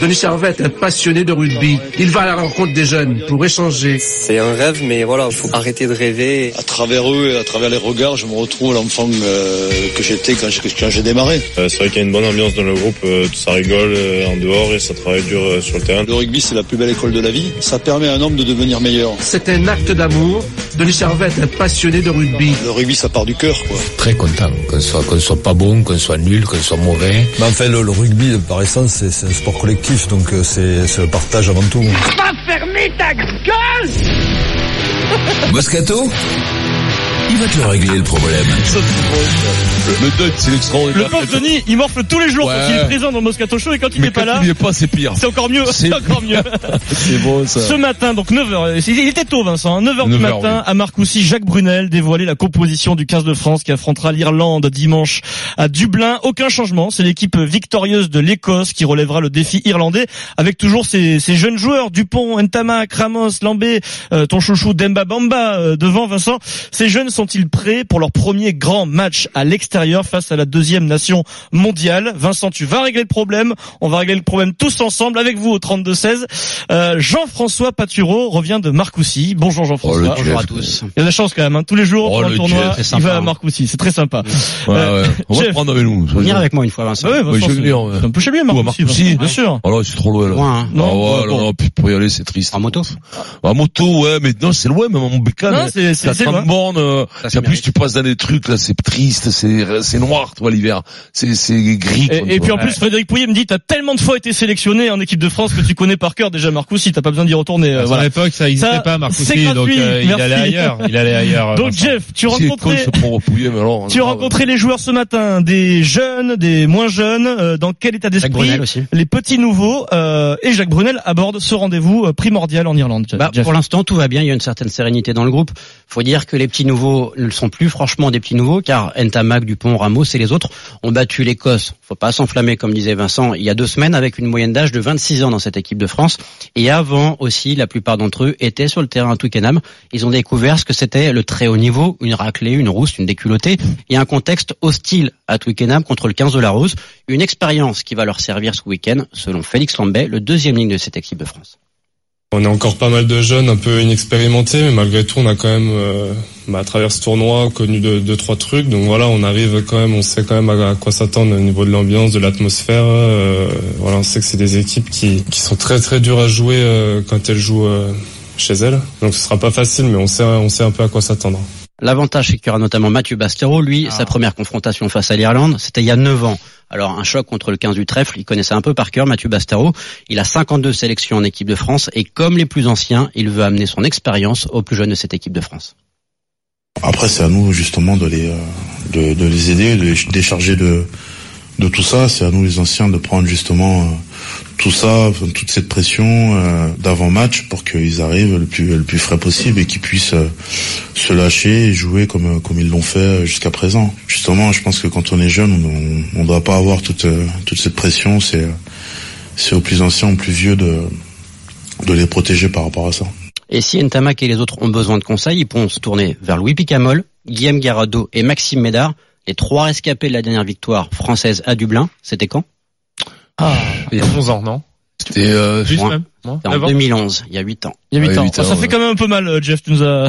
Denis Servette est passionné de rugby. Il va à la rencontre des jeunes pour échanger. C'est un rêve, mais voilà, faut arrêter de rêver. À travers eux, et à travers les regards, je me retrouve l'enfant euh, que j'étais quand j'ai quand j'ai démarré. Euh, c'est vrai qu'il y a une bonne ambiance dans le groupe, euh, ça rigole euh, en dehors et ça travaille dur euh, sur le terrain. Le rugby, c'est la plus belle école de la vie. Ça permet à un homme de devenir meilleur. C'est un acte d'amour. Denis Servette est passionné de rugby. Le rugby, ça part du cœur, quoi. Très content, qu'on soit, qu'on soit pas bon, qu'on soit nul, qu'on soit mauvais. Mais enfin, le, le rugby, par essence, c'est c'est un sport collectif, donc euh, c'est c'est le partage avant tout. Va fermer ta gueule Moscato Il va te le régler le problème. Le duck, c'est Le l'extraordinaire. pauvre Denis, il morfle tous les jours quand Ouais. il est présent dans le Moscato Show et quand il n'est pas là, est pas, c'est pire. c'est encore mieux. C'est encore mieux. C'est beau, ça. Ce matin, donc 9h, il était tôt Vincent, 9h du 9 heures, matin, à Marcoussis, Jacques Brunel dévoilait la composition du 15 de France qui affrontera l'Irlande dimanche à Dublin. Aucun changement, c'est l'équipe victorieuse de l'Écosse qui relèvera le défi irlandais avec toujours ces, ces jeunes joueurs, Dupont, Ntamak, Ramos, Lambé, euh, ton chouchou Demba Bamba euh, devant Vincent. Ces jeunes sont-ils prêts pour leur premier grand match à l'extérieur face à la deuxième nation mondiale Vincent, tu vas régler le problème, on va régler le problème tous ensemble avec vous au 32-16. Euh, Jean-François Patureau revient de Marcoussis. Bonjour Oh, le Jean-François. Dieu. Bonjour à tous. Il y a de la chance quand même, hein. tous les jours Oh, pendant le le tournoi, Dieu, c'est il sympa, va à hein. Marcoussis, c'est très sympa. Ouais, Euh, ouais. On va Jeff. le prendre avec nous. Faut venir avec moi une fois, Vincent. Ah ouais, Vincent, je vais c'est- venir, ouais. c'est un peu chez lui, à Ou à Marcoussis, Marcoussis, Vincent, ouais. bien sûr. Oh là, c'est trop loin, là. Loin, hein. Ah Non, ouais, bon, là, bon. là, puis pour y aller, c'est triste. Bah, En moto. En moto, ouais, mais non, c'est loin, même en bécane. Non, c'est- c'est- T'as c'est 30 loin. bornes, euh, Ça, et c'est en plus, mérite. tu passes dans des trucs, là, c'est triste, c'est, c'est noir, toi, l'hiver. C'est, c'est gris, quoi, Et, et tu puis en vois. plus, Frédéric Pouillet me dit, t'as tellement de fois été sélectionné en équipe de France que tu connais par cœur déjà Marcoussis, t'as pas besoin d'y retourner. euh, À voilà. l'époque, ça Ça, n'existait pas, c'est Marcoussi, gratuit, donc euh, il merci. allait ailleurs. Il allait ailleurs. Donc Vincent. Jeff, tu Si les cons rencontrais se font repouiller, mais alors, tu grave. rencontrais les joueurs ce matin, des jeunes, des moins jeunes, euh, dans quel état Jacques d'esprit Brunel aussi. les petits nouveaux euh, et Jacques Brunel aborde ce rendez-vous euh, primordial en Irlande. Bah, Jeff. pour l'instant, tout va bien. Il y a une certaine sérénité dans le groupe. Faut dire que les petits nouveaux ne le sont plus, franchement, des petits nouveaux, car Ntamak, Dupont, Ramos et les autres ont battu l'Écosse. Faut pas s'enflammer, comme disait Vincent, il y a deux semaines, avec une moyenne d'âge de 26 ans dans cette équipe de France. Et avant aussi, la plupart d'entre eux étaient sur le terrain à Twickenham. Ils ont découvert ce que c'était le très haut niveau, une raclée, une rousse, une déculottée. Il y a un contexte hostile à Twickenham contre le 15 de la Rose. Une expérience qui va leur servir ce week-end, selon Félix Lambet, le deuxième ligne de cette équipe de France. On a encore pas mal de jeunes un peu inexpérimentés, mais malgré tout, on a quand même, euh, bah, à travers ce tournoi, connu deux, deux, trois trucs. Donc voilà, on arrive quand même, on sait quand même à, à quoi s'attendre au niveau de l'ambiance, de l'atmosphère. euh, voilà, on sait que c'est des équipes qui, qui sont très très dures à jouer euh, quand elles jouent euh, chez elles. Donc ce sera pas facile, mais on sait, on sait un peu à quoi s'attendre. L'avantage, c'est qu'il y aura notamment Mathieu Bastero. Lui, Ah. sa première confrontation face à l'Irlande, c'était il y a 9 ans. Alors, un choc contre le 15 du trèfle, il connaissait un peu par cœur Mathieu Bastero. Il a 52 sélections en équipe de France et comme les plus anciens, il veut amener son expérience aux plus jeunes de cette équipe de France. Après, c'est à nous justement de les, euh, de, de les aider, de les ch- décharger de, de tout ça. C'est à nous les anciens de prendre justement euh, tout ça, enfin, toute cette pression euh, d'avant-match pour qu'ils arrivent le plus, le plus frais possible et qu'ils puissent euh, se lâcher et jouer comme, euh, comme ils l'ont fait euh, jusqu'à présent. Justement, je pense que quand on est jeune, on- on ne doit pas avoir toute, euh, toute cette pression. C'est euh, c'est aux plus anciens, aux plus vieux de, de les protéger par rapport à ça. Et si Ntamak et les autres ont besoin de conseils, ils pourront se tourner vers Louis Picamol, Guillaume Garado et Maxime Médard, les trois rescapés de la dernière victoire française à Dublin. C'était quand Ah, Il y a 11 ans, non C'était, euh, Plus Ouais. même non C'était En Avant 2011, il y a 8 ans. Il y a huit Ouais, ans. huit Oh, ça ans, fait ouais. quand même un peu mal, euh, Jeff. Tu nous as.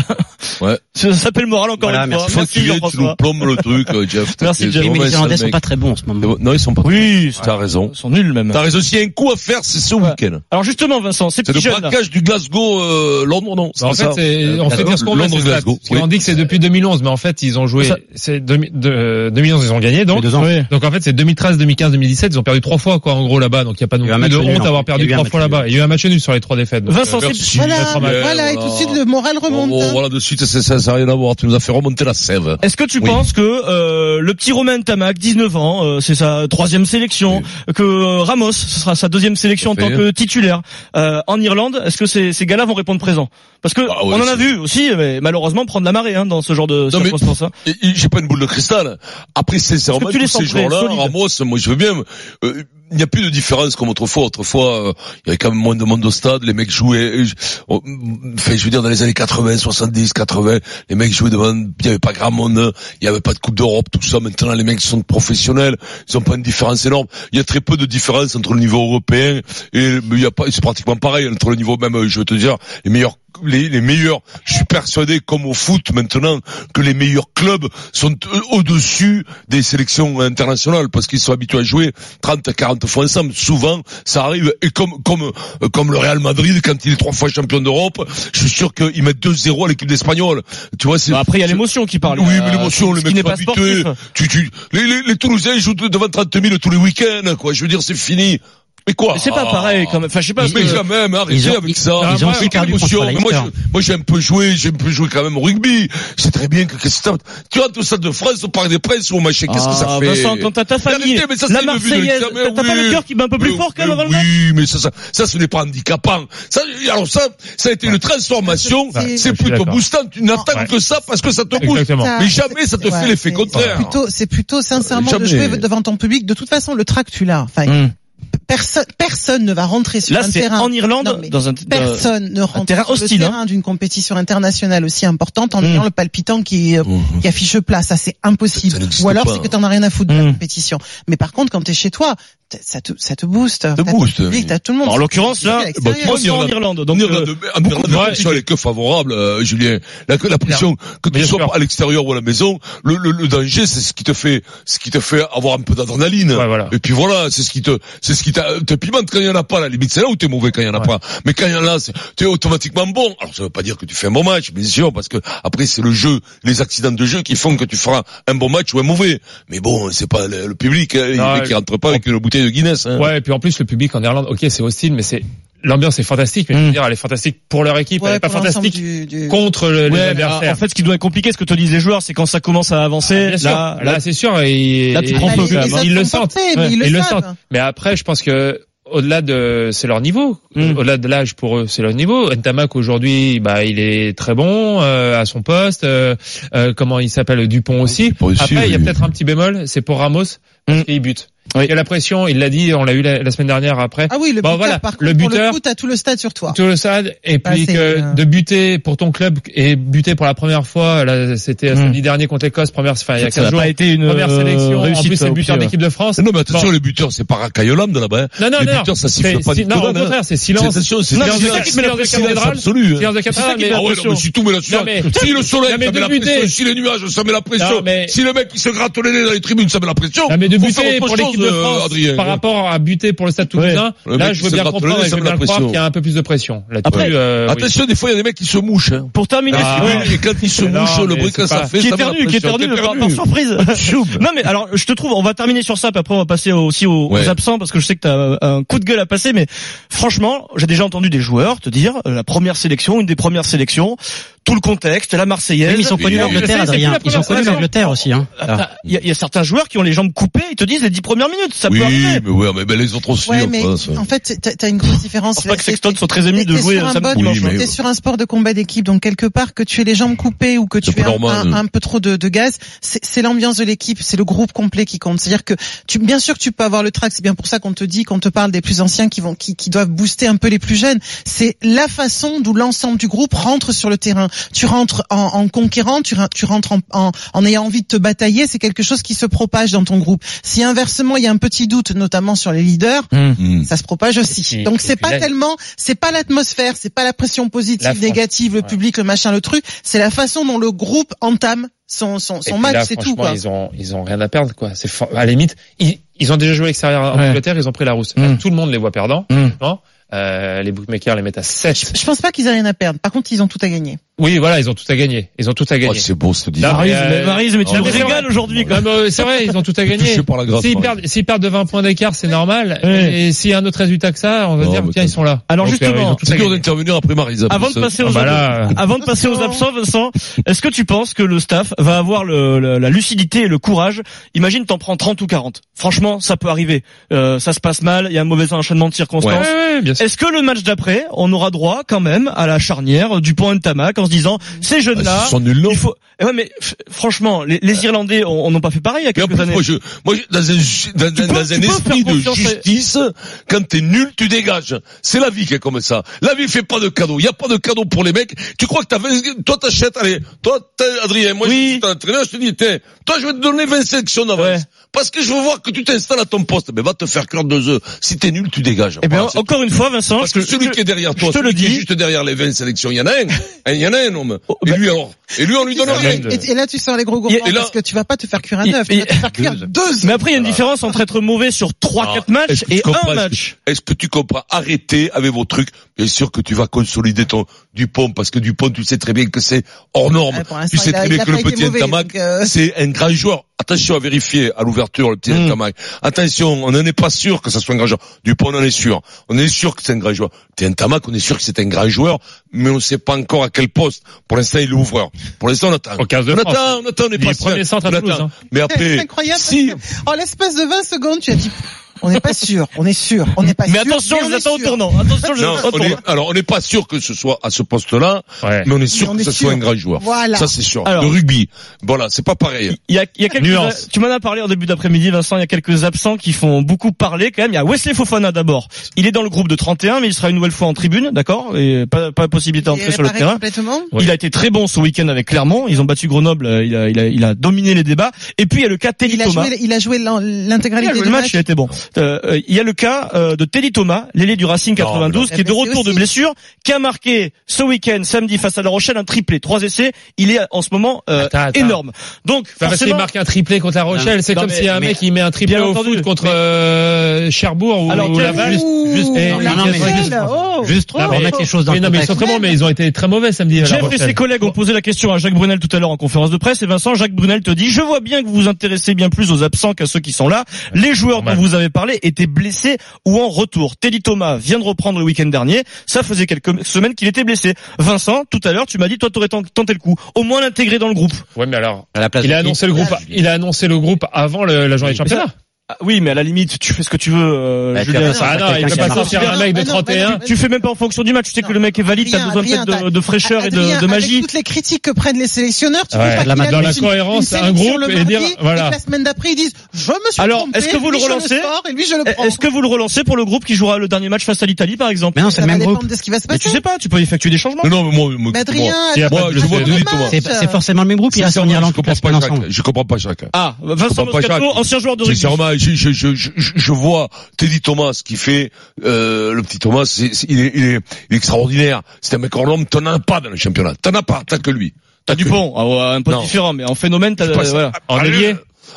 Ouais. ça s'appelle moral encore Voilà, une merci. fois. Faut que tu viennes, tu nous Oh, Jean-François. plombes le truc, euh, Jeff. Merci, T'es Jeff. vraiment mais les un Irlandais sale sont mec. pas très bons en ce moment. Non, ils sont pas. Oui, c'est- T'as raison. ils sont nuls même. T'as raison. S'il y a un coup à faire, c'est ce week-end. Alors justement, Vincent, ces C'est petits le jeunes. là. braquage du Glasgow, euh, Londres, non. Bah, en c'est fait, ça. c'est- Euh, on fait bien ce qu'on veut. Londres, c'est ça. Glasgow. Parce qu'on dit que c'est depuis 2011, mais en fait, ils ont joué. Ça- C'est demi- de- euh, 2011, ils ont gagné. Donc, deux ans. Oui. donc en fait, c'est 2013, 2015, 2017. Ils ont perdu trois fois, quoi, en gros là-bas. Donc, il n'y a pas non Il y a eu un plus de match nul, honte en d'avoir fait. Il perdu y a eu trois un fois match là-bas. Il y a eu un match nul sur les trois défaites. donc, Vincent, euh, c'est- merci. Voilà, voilà, et tout de suite, le moral remonte. Oh, hein. Voilà, de suite, c'est- ça, ça n'a rien à voir. Tu nous as fait remonter la sève. Est-ce que tu Oui. penses que euh, le petit Romain Tamac, 19 ans, euh, c'est sa troisième sélection, que euh, Ramos, ce sera sa deuxième sélection en Tout à tant fait. que titulaire euh, en Irlande, est-ce que ces, ces gars-là vont répondre présent Parce que Ah ouais, on en a c'est- vu aussi, mais malheureusement, prendre la marée hein, dans ce genre de mais- circonstances. hein. Et- et J'ai pas une boule de cristal. Après, sincèrement, Parce que tu les tous ces sens prêts, joueurs-là, solides. Ramos, moi, je veux bien. euh, il n'y a plus de différence comme autrefois. Autrefois, euh, il y avait quand même moins de monde au stade. Les mecs jouaient. euh, on- Enfin, je veux dire, dans les années 80, 70, 80, les mecs jouaient devant. Il n'y avait pas grand monde. Il n'y avait pas de Coupe d'Europe, tout ça. Maintenant, les mecs sont professionnels. Ils ont pas une différence énorme. Il y a très peu de différence entre le niveau européen et mais il y a pas. C'est pratiquement pareil entre le niveau même. euh, Je veux te dire, les meilleurs les, les meilleurs. Je suis persuadé, comme au foot maintenant, que les meilleurs clubs sont euh, au-dessus des sélections internationales parce qu'ils sont habitués à jouer 30 à 40 fois ensemble. Souvent, ça arrive. Et comme comme euh, comme le Real Madrid quand il est trois fois champion d'Europe, je suis sûr qu'ils mettent 2-0 à l'équipe d'Espagnol. Tu vois, c'est Bah, après il y a l'émotion qui parle. Oui, Euh, mais l'émotion, ce le qui n'est mec pas pas habitué. sportif. Tu, tu, les, les, les Toulousains jouent devant 30 000 tous les week-ends, quoi. Je veux dire, c'est fini. Mais quoi Mais c'est pas Ah. pareil, quand même. Enfin, je sais pas, parce Mais que- quand même, arrêtez Ils ont- avec ils- ça. ils ont aussi Quelle perdu émotion. contre Mais moi, Leicester. je- moi, j'aime peu jouer, j'aime peu jouer quand même au rugby. C'est très bien que, que c'est- tu rentres au stade de France, au Parc des Princes, ou au machin, qu'est-ce que ça Ah, fait? Vincent, quand t'as ta famille, Arrêtez, mais ça, c'est la une vue de Marseillaise, l'extérieur. t'as- t'as pas Oui. le cœur qui bat un peu plus Mais fort quand oui, même avant le match Oui, mais ça, ça, ça, ce n'est pas handicapant. Ça, alors ça, ça a été une transformation. Ouais, je C'est suis plutôt d'accord. boostant. Tu n'attends Ouais. que ça parce que ça te booste. Exactement. Mais jamais ça te Ouais, fait l'effet c'est- contraire. C'est plutôt, c'est plutôt sincèrement Jamais. de jouer devant ton public. De toute façon, le track, tu l'as. Enfin, Personne, personne ne va rentrer sur Là, un c'est terrain. en Irlande, Non, mais dans un- personne ne un rentre terrain sur hostile, le hein. terrain d'une compétition internationale aussi importante Mmh. en ayant le palpitant qui, euh, qui affiche plat. Ça, c'est impossible. n'existe Ou alors, pas. c'est que t'en as rien à foutre de Mmh. la compétition. Mais par contre, quand t'es chez toi, t'as- ça te, ça te booste. T'as ton booste, public, oui. T'as tout le monde. En l'occurrence, là, C'est bah, extérieur. on est en Irlande, donc, euh, en Irlande, la pression elle est que favorable, euh, Julien. La, la pression, que tu sois à l'extérieur ou à la maison, le, le, le danger, c'est ce qui te fait, ce qui te fait avoir un peu d'adrénaline. Et puis voilà, c'est ce qui te, c'est ce qui t'a- te pimente quand il y en a pas. À la limite, c'est là où t'es mauvais quand il y en a pas. Mais quand il y en a, c'est- t'es automatiquement bon. Alors ça veut pas dire que tu fais un bon match, bien sûr, parce que après c'est le jeu, les accidents de jeu qui font que tu feras un bon match ou un mauvais. Mais bon, c'est pas le, le public hein, il Ah, fait qu'il rentre pas avec une bouteille de Guinness. hein. Ouais, et puis en plus, le public en Irlande, ok, c'est hostile, mais c'est l'ambiance est fantastique. Mais je veux dire, elle est fantastique pour leur équipe, elle est pas pour l'ensemble fantastique contre le- les Ouais, mais adversaires. En fait, ce qui doit être compliqué, ce que te disent les joueurs, c'est quand ça commence à Ah, avancer. Bien sûr. là, Là, c'est sûr. Et, là, tu et- prends feu, quand même, hein. Ils le sentent. mais Ouais, ils le Ils le savent. sentent. Mais après, je pense que au-delà de, c'est leur niveau. Au-delà de l'âge pour eux, c'est leur niveau. Ntamak aujourd'hui, bah, il est très bon euh, à son poste. euh, euh, comment il s'appelle Dupont aussi. aussi, Après, il y a oui. peut-être un petit bémol. C'est pour Ramos parce qu'il bute. Il y a la pression. Il l'a dit. On l'a eu la, la semaine dernière. Après. Ah oui, le Bon, buteur, voilà, par contre, le pour le buteur. coup, t'as tout le stade sur toi. Tout le stade et Ah, puis c'est, que euh, de buter pour ton club et buter pour la première fois là c'était Mmh. samedi dernier contre l'Écosse première enfin il y a Ça n'a 15 jours pas été une, première euh, sélection en réussite, plus c'est au le buteur pied, ouais. d'équipe de France Non, mais attention, Bon. les buteurs, c'est pas racaillolant de là-bas. hein. Non, non, les non. buteurs, ça siffle C'est- pas si- du tout. non, au là, contraire, hein. c'est silence. Attention, c'est Non, silence. c'est ça qui te met la C'est pression silence cathédrale. absolu. hein. Silence de cathédrale, C'est ça qui mais- met la Ah ouais, pression. non, mais si tout met la Non, mais- pression. Si le soleil, Non, mais ça met de la buter. pression. Si les nuages, ça met la pression. Non, mais- Si le mec, il se gratte le nez dans les tribunes, ça met la pression. Non, mais de Faut faire buter autre pour chose, l'équipe de euh, France Adrien. par rapport à buter pour le Stade Toulousain Le là mec je veux qui se bien gratte le comprendre nez, et je ça veux met la bien croire pression. qu'il y a un peu plus de pression là-dessus, Après, euh, oui. attention, des fois, il y a des mecs qui se mouchent. hein. Pour terminer, Ah, Philippe. oui, et quand ils se Non, mouchent, le mais bruit c'est que ça pas- fait, qui ça est met la ternu, qui est pression. ternu T'es par, perdu. par surprise. Choum. non mais alors, je te trouve, on va terminer sur ça, puis après on va passer aussi aux, aux Ouais. absents parce que je sais que t'as un coup de gueule à passer, mais franchement, j'ai déjà entendu des joueurs te dire euh, la première sélection, une des premières sélections, tout le contexte, la Marseillaise. Oui, mais ils sont connus Oui, l'Angleterre, je sais, c'est Adrien. plus la Ils sont première connus sélection. l'Angleterre aussi. Hein. Ah, Il y, a- il y a certains joueurs qui ont les jambes coupées, ils te disent les dix premières minutes, ça Oui, peut arriver. mais ouais, mais ben, les autres aussi, Ouais, en mais France. en fait, t'as- t'as une grosse différence. pas que Sexton soit très ému de T'es jouer sur un samedi bon- dimanche. T'es sur un sport de combat d'équipe, donc quelque part que tu aies les jambes coupées ou que tu pas aies un, normal, un- euh. un peu trop de, de gaz, c'est c'est l'ambiance de l'équipe, c'est le groupe complet qui compte. C'est-à-dire que tu, bien sûr, que tu peux avoir le track. C'est bien pour ça qu'on te dit, qu'on te parle des plus anciens qui vont, qui, qui doivent booster un peu les plus jeunes. C'est la façon d'où l'ensemble du groupe rentre sur le terrain. Tu rentres en, en conquérant, tu, ren- tu rentres en, en, en ayant envie de te batailler. C'est quelque chose qui se propage dans ton groupe. Si inversement il y a un petit doute, notamment sur les leaders, Mmh. ça se propage aussi. Donc c'est pas là- tellement, c'est pas l'atmosphère, c'est pas la pression La positive, France, négative, le public, le machin, le truc. C'est la façon dont le groupe entame son son, Et son puis match, là, c'est tout franchement, quoi. Ils ont, ils ont rien à perdre, quoi. C'est for- à la limite, ils, ils ont déjà joué à l'extérieur en Ouais. Angleterre, ils ont pris la rousse. Mm. Là, Tout le monde les voit perdants. non Euh, les bookmakers les mettent à 7. Je pense pas qu'ils aient rien à perdre. Par contre, ils ont tout à gagner. Oui, voilà, ils ont tout à gagner. Ils ont tout à gagner. Oh, c'est beau, ce Non, Maryse, euh, mais Maryse, mais tu non, nous c'est vrai. régales aujourd'hui, quoi. Non, mais, euh, C'est vrai, ils ont tout à gagner. Touché par la grâce, S'ils Maryse. perdent, s'ils perdent de 20 points d'écart, c'est normal. Et s'il y a un autre résultat que ça, on va se dire, tiens, ils sont là. Eh, Alors, Donc, euh, ils ont justement, tout à gagner. d'intervenir après Marisa. Avant de passer aux, Ah bah là, absents- avant de passer aux absents, Vincent, est-ce que tu penses que le staff va avoir le- le- la lucidité et le courage Imagine, t'en prends 30 ou 40. Franchement, ça peut arriver. Euh, ça se passe mal, il y a un mauvais enchaînement de circonstances. Ouais, ouais, ouais, bien Metz. Est-ce que le match d'après, on aura droit quand même à la charnière du pont Ntamak en se disant ces jeunes-là, ils Ah, sont nuls, il faut. Eh ouais, mais f- franchement, les, les Irlandais, on on n'ont pas fait pareil il y a Et en quelques plus, années. moi, je, moi, je- dans un, ju- dans, dans- peux- dans un tu peux esprit faire de confiance à- justice, quand t'es nul, tu dégages. C'est la vie qui est comme ça. La vie fait pas de cadeaux. Il y a pas de cadeaux pour les mecs. Tu crois que t'as 20, toi t'achètes, allez, toi, t'es- Adrien, moi, je suis ton entraîneur, je te dis, tiens, toi, je vais te donner 20 sections d'avance. Parce que je veux voir que tu t'installes à ton poste. Mais va te faire cuire deux œufs. Si t'es nul, tu dégages. Eh bien, Voilà, c'est encore une fois, Vincent, parce que celui qui est derrière toi, je te le celui qui est dis. Oh, juste derrière les 20 sélections, il y en a un. Hein, Il y en a un, homme. Et lui, alors. Et lui, on lui donne rien. Et, et- et là, tu sors les gros gourmands Et là- parce que tu vas pas te faire cuire un Il- œuf, tu il- vas te faire cuire deux. Mais après, il y a une différence entre être mauvais sur 3-4 matchs Est-ce que tu et comprends, est-ce un que- match. Est-ce que tu comprends Arrêtez avec vos trucs. Bien sûr que tu vas consolider ton Dupont parce que Dupont, tu sais très bien que c'est hors norme. Ouais, pour tu l'instant, sais il a- très il bien a que pas le été petit mauvais, Ntamak, donc, euh. c'est un grand joueur. Attention à vérifier à l'ouverture le petit Mm. Ntamak. Attention, on n'en est pas sûr que ça soit un grand joueur. Dupont, on en est sûr. On est sûr que c'est un grand joueur. Petit Ntamak, on est sûr que c'est un grand joueur, mais on ne sait pas encore à quel poste. Pour l'instant, il est ouvreur. Pour l'instant, on attend. Au 15 de on France. attend, on attend, on n'est Il est pas premier sûr. centre à On Toulouse, attend. hein. Mais C'est après, incroyable. si parce que en l'espace Oh, de 20 secondes, tu as dit, on n'est pas sûr, on est sûr, on n'est pas Mais sûr. attention, je on les est attends au sûr. tournant. Attention, je les Non, attends au on est- tournant. alors on n'est pas sûr que ce soit à ce poste-là, mais on est sûr Mais on que est ce sûr. soit un grand joueur. Voilà. Ça c'est sûr. Alors- le rugby, voilà, c'est pas pareil. Il y a, il y a quelques, Nuance. tu m'en as parlé en début d'après-midi, Vincent. Il y a quelques absents qui font beaucoup parler quand même. Il y a Wesley Fofana d'abord. Il est dans le groupe de 31, mais il sera une nouvelle fois en tribune, d'accord Et pas, pas possibilité Il est d'entrer sur le réparé terrain. complètement. Ouais. Il a été très bon ce week-end avec Clermont. Ils ont battu Grenoble. euh, Il a, il a, il a dominé les débats. Et puis il y a le cas Teddy Il a Thomas. joué, il a joué l'en- Il a l'intégralité joué du le match, match. il a été bon. Euh, euh, il y a le cas euh, de Teddy Thomas, l'ailier du Racing 92, mais qui est de Eh ben, c'est retour de aussi- blessure, qui a marqué ce week-end, samedi, face à La Rochelle, un triplé, trois essais. Il est en ce moment euh, Attends, attends. énorme. Donc, Enfin, parce qu'il forcément, marque un triplé contre La Rochelle, c'est Non, comme mais- si un mais- mec il met un triplé bien au entendu, foot contre mais- euh, Cherbourg ou, Alors, ou quel- Laval. juste- Ouh, Et- la Non, non, mais- Rochelle, juste- oh. Juste Non, pour mais- remettre les choses dans mais le non, mais ils contexte. sont très bons, mais ils ont été très mauvais samedi. à La Jeff et Rochelle. ses collègues ont posé la question à Jacques Brunel tout à l'heure en conférence de presse et Vincent, Jacques Brunel te dit, je vois bien que vous vous intéressez bien plus aux absents qu'à ceux qui sont là. Les joueurs dont normal. vous avez parlé étaient blessés ou en retour. Teddy Thomas vient de reprendre le week-end dernier. Ça faisait quelques semaines qu'il était blessé. Vincent, tout à l'heure, tu m'as dit, toi, t'aurais tent- tenté le coup. Au moins l'intégrer dans le groupe. Ouais, mais alors, À la place il a de qui annoncé le groupe, Ah, Julien. il a annoncé le groupe avant le- la journée de Mais ça- championnat. Ah oui, mais à la limite, tu fais ce que tu veux, euh, Bah, tu Julien. vas Ça- pas- Ah non, il quelqu'un peut qui pas a marqué. sortir un Non, mec de mais non, mais 31. non. Tu fais même pas en fonction du match. Tu sais que Non. le mec est valide, t'as Adrien, besoin Adrien, peut-être de, t'as- de fraîcheur et Adrien, de, de magie. Avec toutes les critiques que prennent les sélectionneurs, tu Ouais. peux pas Dans qu'il la- y a dans la une- cohérence, une un sélection groupe le et dire, mardi, voilà. Et que la semaine d'après, ils disent, je me suis Alors, trompé, est-ce que vous le lui, je relancez sors Et lui, je le prends. Est-ce que vous le relancez pour le groupe qui jouera le dernier match face à l'Italie, par exemple Mais non, c'est ça le va même dépendre groupe. de ce qui va se Mais passer. tu sais pas, tu peux effectuer des changements. Non, non, mais moi, moi, Mais moi, Adrien, il y a Adrien, pas de je vois blessé. Teddy Thomas. Thomas. C'est c'est forcément le même groupe, il reste en Sincèrement, Irlande je qui comprends classe pas Jacques. ensemble. Je comprends pas Jacques. Ah, Vincent comprends pas, Moscato, Jacques. ancien joueur de rugby. Sincèrement, je, je, je, je, je vois Teddy Thomas qui fait euh, le petit Thomas, c'est- c'est- il, est, il, est, il est extraordinaire. C'est un mec hors norme, t'en as pas dans le championnat. T'en as pas, t'as que lui. T'as que lui. Dupont, ah ouais, un peu Non. différent, mais en phénomène, t'as, Je passe- euh, voilà. En Allez, ailier.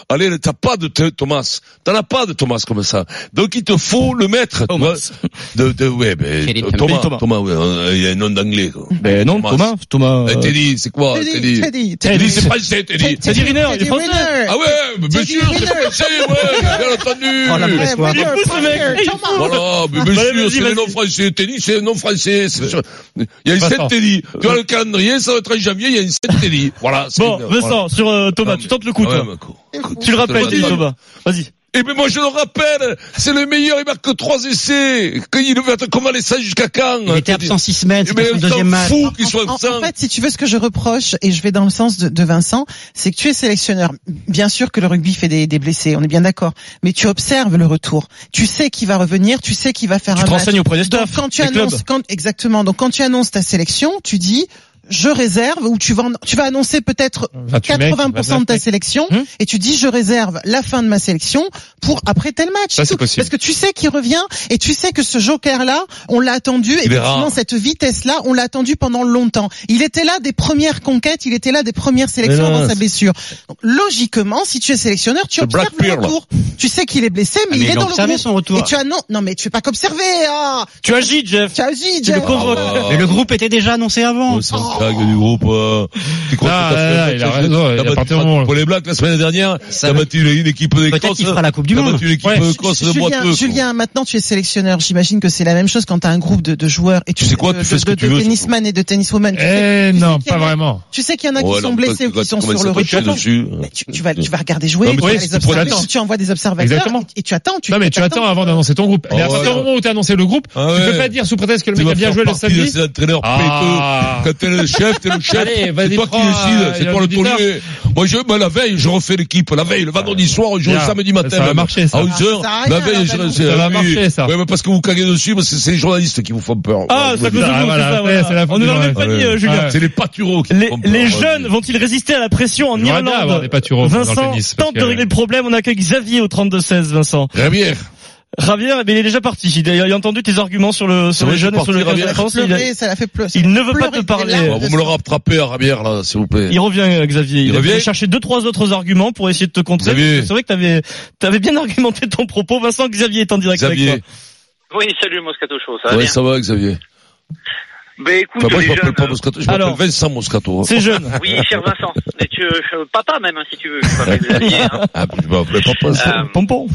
Allez, t'as pas de Th- Thomas. T'en as pas de Thomas comme ça. Donc il te faut le mettre. tu vois. Thomas. De, de, ouais, ben, Kelly Thomas, Thomas. Thomas, ouais, euh, il y a un nom d'anglais. quoi. Ben non, Thomas, Thomas. Eh, euh, Teddy, c'est quoi Teddy, Teddy Teddy, Teddy, c'est français, Teddy. Teddy Riner, il est Teddy français. Riner. Ah ouais, mais bien Teddy sûr, c'est Riner. français, ouais, bien entendu. Oh, la Ouais, Laisse-moi. Wonder, Il pousse le mec. Parker, Il Thomas. Voilà, mais bien Allez, sûr, vas-y, c'est vas-y. le nom français. Teddy, c'est le nom français. c'est sûr. Il y a une Vincent. 7 Teddy. Tu vois le calendrier, ça va être en janvier, il y a une 7 Teddy. Voilà. c'est- Bon, voilà. Vincent, sur euh, Thomas, Non, tu mais- tentes le coup, Ah ouais, toi. mais co- Tu le rappelles, Vas-y. Thomas. Vas-y. Et ben moi je le rappelle, c'est le meilleur, il marque trois essais. Qu'il- Il devait être convalescent jusqu'à quand Il était absent six semaines, Mais c'était son on deuxième s'en match. fout qu'il soit En, en absent. fait, si tu veux, ce que je reproche, et je vais dans le sens de, de Vincent, c'est que tu es sélectionneur. Bien sûr que le rugby fait des, des blessés, on est bien d'accord. Mais tu observes le retour. Tu sais qui va revenir, tu sais qui va faire Tu un te match. renseignes auprès des Donc, staffs, quand tu des clubs. annonces, quand, exactement. Donc, quand tu annonces ta sélection, tu dis, je réserve, ou tu vas, en- tu vas annoncer peut-être 28 mecs, 80% de ta 29 sélection, Hum. et tu dis, je réserve la fin de ma sélection pour après tel match. Ça, c'est Tout. possible. Parce que tu sais qu'il revient, et tu sais que ce joker-là, on l'a attendu, et Il est effectivement, rare. cette vitesse-là, on l'a attendu pendant longtemps. Il était là des premières conquêtes, il était là des premières sélections Mais non, avant sa blessure. Donc, logiquement, si tu es sélectionneur, tu Le observes Black le Pearl. retour. Tu sais qu'il est blessé, mais mais il il est a dans le observé groupe. son retour. Et tu as non, non mais tu es pas qu'observer. Ah, Tu agis, Jeff. tu as dit, Tu le Jeff. convoques. Ah, Mais le groupe était déjà annoncé avant. on s'en blague du groupe. euh, tu crois Ah, que t'as là, fait là, un il a match raison, il de- t'as a battu parti au Fran- moment, là. Pour les blagues, la semaine dernière, Ça t'as va- battu une, une équipe d'Écosse. Peut-être qu'il fera la Coupe du t'as Monde. battu une équipe Ouais. d'Écosse de Julien, boiteux. quoi. Ah, Julien, maintenant tu es sélectionneur. J'imagine que c'est la même chose quand tu as un groupe de, de joueurs et tu, sais quoi, de, tu fais de- ce que de- tu de veux, tennisman et de tenniswoman. Tu sais- Eh tu sais non, qu'il y pas en a- vraiment. Tu sais qu'il y en a Ouais, qui sont non, blessés ou quand qui tu sont commences sur à le toucher retour. dessus. Tu, tu Bah, vas, tu vas regarder jouer, Non, mais tu, oui, vas c'est les observer, problématique. tu envoies des observateurs Exactement. et, et tu attends. Tu Non mais tu t'attends. attends avant d'annoncer ton groupe. Mais à Oh, partir du ouais. moment où t'as annoncé le groupe, Ah tu ouais. peux pas dire sous prétexte que le Tu mec vas a bien faire joué le partie de samedi. ces entraîneurs Ah. péteux. Quand t'es le chef, t'es le chef. Allez, vas-y, c'est toi qui prends, euh, décides. il y C'est a toi le l'auditeur. taulier. Moi, je, moi, la veille, je refais l'équipe. La veille, le vendredi soir, on joue le Ah. Bien. samedi matin. Ça va même. marcher, ça. À 11 heures. Ça sert à La rien, la veille, je veille. c'est- Ça va oui. marcher, ça. Ouais, mais parce que vous caguez dessus, parce que c'est les journalistes qui vous font peur. Ah, Voilà, ça je cause vous de le dis. Ah, vous, voilà, c'est ça, ouais, c'est la voilà. fin On ne du l'aurait match. pas dit, Ouais. euh, Julien. C'est les pâtureaux qui Les, vous font peur. les Ouais. jeunes vont-ils résister à la pression en J'aimerais bien avoir ah, bah, Irlande des pâtureaux dans le Vincent tennis, parce tente que- de régler le problème. On accueille Xavier au 32-16, Vincent. Rabière. Javier, eh bien, il est déjà parti. Il a, il a entendu tes arguments sur le sur C'est les vrai, jeunes je et suis sur le parti, quinze de Javier. France. Il, a- Pleurer, ça la fait pleurer. il ne veut pas te Pleurer, parler. des Bon, larmes. Vous me le rattrapez à Rabière, là, s'il vous plaît. Il revient, euh, Xavier. Il, Il a revient cherché deux, trois autres arguments pour essayer de te contrer. Xavier. C'est vrai que t'avais, t'avais bien argumenté ton propos. Vincent, Xavier est en direct Xavier. avec Oui, salut Moscato Show, ça va Ouais, bien ça va, Xavier. Ben écoute, Enfin, moi, les je m'appelle jeunes, pas Moscato, je Alors. m'appelle Vincent Moscato. toi. hein. C'est jeune. Oui, cher Vincent, mais tu, euh, papa même, hein, si tu veux, je m'appelle Xavier. hein. Ah, puis je m'appelle papa, ça. Euh, Pompon.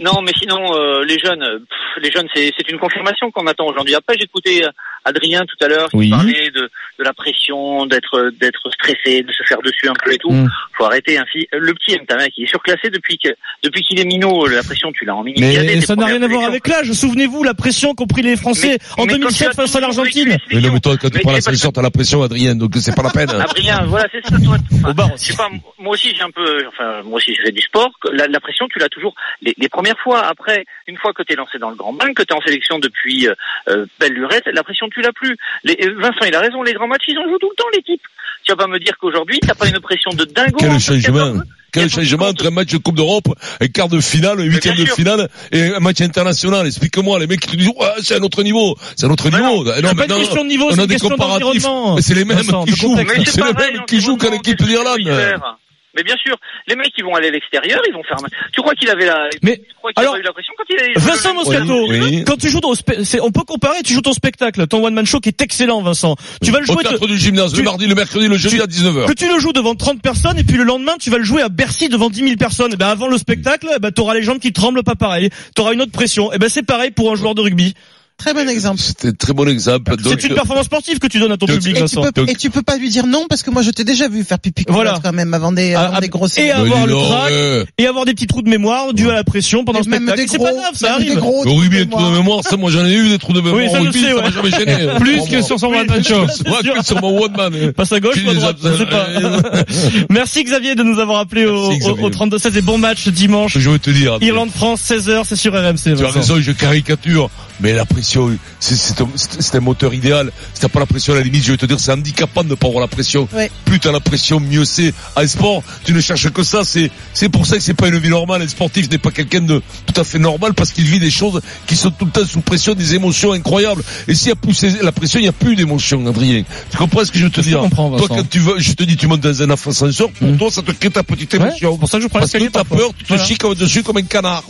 non, mais sinon, euh, les jeunes, euh, pff, les jeunes, c'est c'est une confirmation qu'on attend aujourd'hui. Après, j'ai écouté euh, Adrien tout à l'heure qui Oui. parlait de, de la pression, d'être d'être stressé, de se faire dessus un peu et tout. Mm. Faut arrêter. ainsi. Le petit Mtamak, il est surclassé depuis que depuis qu'il est minot. euh, La pression, tu l'as en mini. Mais ça n'a rien à voir avec l'âge. Souvenez-vous la pression qu'ont pris les Français en 2007 face à l'Argentine. Mais non, mais toi, quand tu Mais Ah, prends la c'est parce que- sélection, t'as la pression, Adrien, donc c'est pas la peine. Adrien, voilà, c'est ça, toi. Enfin, Au bar je sais pas, moi aussi, j'ai un peu, enfin, moi aussi, je fais du sport. La, la pression, tu l'as toujours les, les premières fois. Après, une fois que t'es lancé dans le grand bain, que t'es en sélection depuis euh, euh, belle lurette, la pression, tu l'as plus. Les, euh, Vincent, il a raison, les grands matchs, ils en jouent tout le temps, l'équipe. Tu vas pas me dire qu'aujourd'hui, t'as pas une pression de dingo. hein, Quel entre 14 changement heures. quel Il y a pas de changement compte. entre un match de Coupe d'Europe, un quart de finale, un huitième de sûr. finale et un match international. Explique-moi, les mecs qui te disent, ouais, c'est un autre niveau, c'est un autre niveau. Ah, Non, C'est mais pas une non, question de niveau, on c'est a une des question comparatifs. d'environnement. Mais c'est les mêmes Vincent, qui de jouent. contexte. C'est le pareil, même qui joue qu'à l'environnement, l'équipe euh, qu'est-ce que tu veux d'Irlande. faire Mais bien sûr, les mecs ils vont aller à l'extérieur, ils vont faire. mal. Tu crois qu'il avait la. Mais, tu crois qu'il alors, avait eu la pression quand il a Vincent Moscato, Oui, oui. quand tu joues ton, spe- c'est- on peut comparer, tu joues ton spectacle, ton one man show qui est excellent, Vincent. Tu vas le Au jouer, théâtre te- du gymnase, tu- le mardi, le mercredi, le jeudi tu- à 19h. que tu le joues devant 30 personnes et puis le lendemain tu vas le jouer à Bercy devant 10 000 personnes. Et ben avant le spectacle, eh ben t'auras les jambes qui tremblent pas pareil, t'auras une autre pression. Et ben c'est pareil pour un joueur de rugby. Très bon exemple. C'était un très bon exemple. Donc, euh, C'est une performance sportive que tu donnes à ton Donc- public, Et tu, Vincent. peux, Donc- et tu peux pas lui dire non parce que moi je t'ai déjà vu faire pipi Voilà. culotte quand même avant des, Ah, avant ah, des grosses séries. et Mais avoir le dis donc, trac, ouais. et avoir des petits trous de mémoire dus à la pression pendant le Et même spectacle. des C'est pas gros, grave, ça même des arrive. gros Au rugby, trous de trou de mémoire, ça, moi, j'en ai eu des trous de mémoire. Oui, ça, au je rugby, sais, ça ouais. m'a jamais gêné. Plus Pour que moi. sur son Plus one man que show. sur- ouais, C'est plus que sur mon one man. Passe à gauche Qui ou à les droite, a- je sais pas. Merci Xavier de nous avoir appelé au, Merci, au, Xavier. au 32-16 et bon match dimanche. Je veux te dire. Adrien. Irlande-France, 16h, c'est sur RMC. Tu as Vincent. raison, je caricature, mais la pression, c'est- c'est un, c'est- c'est un moteur idéal. Si t'as pas la pression, à la limite, je vais te dire, c'est handicapant de ne pas avoir la pression. Ouais. Plus t'as la pression, mieux c'est. Un sport, tu ne cherches que ça. C'est c'est pour ça que c'est pas une vie normale. Un sportif n'est pas quelqu'un de tout à fait normal parce qu'il vit des choses qui sont tout le temps sous pression, des émotions incroyables. Et s'il y a plus ces- la pression, il n'y a plus d'émotion, Adrien. Tu comprends ce que je veux te Je dire comprends, Toi, Vincent. Mmh. quand tu veux, je te dis, tu montes dans un ascenseur, pour toi, ça te crée ta petite Ouais, émotion. c'est pour ça que je prends parce que l'escalier t'as parfois. peur, tu te Voilà. chies dessus comme un canard.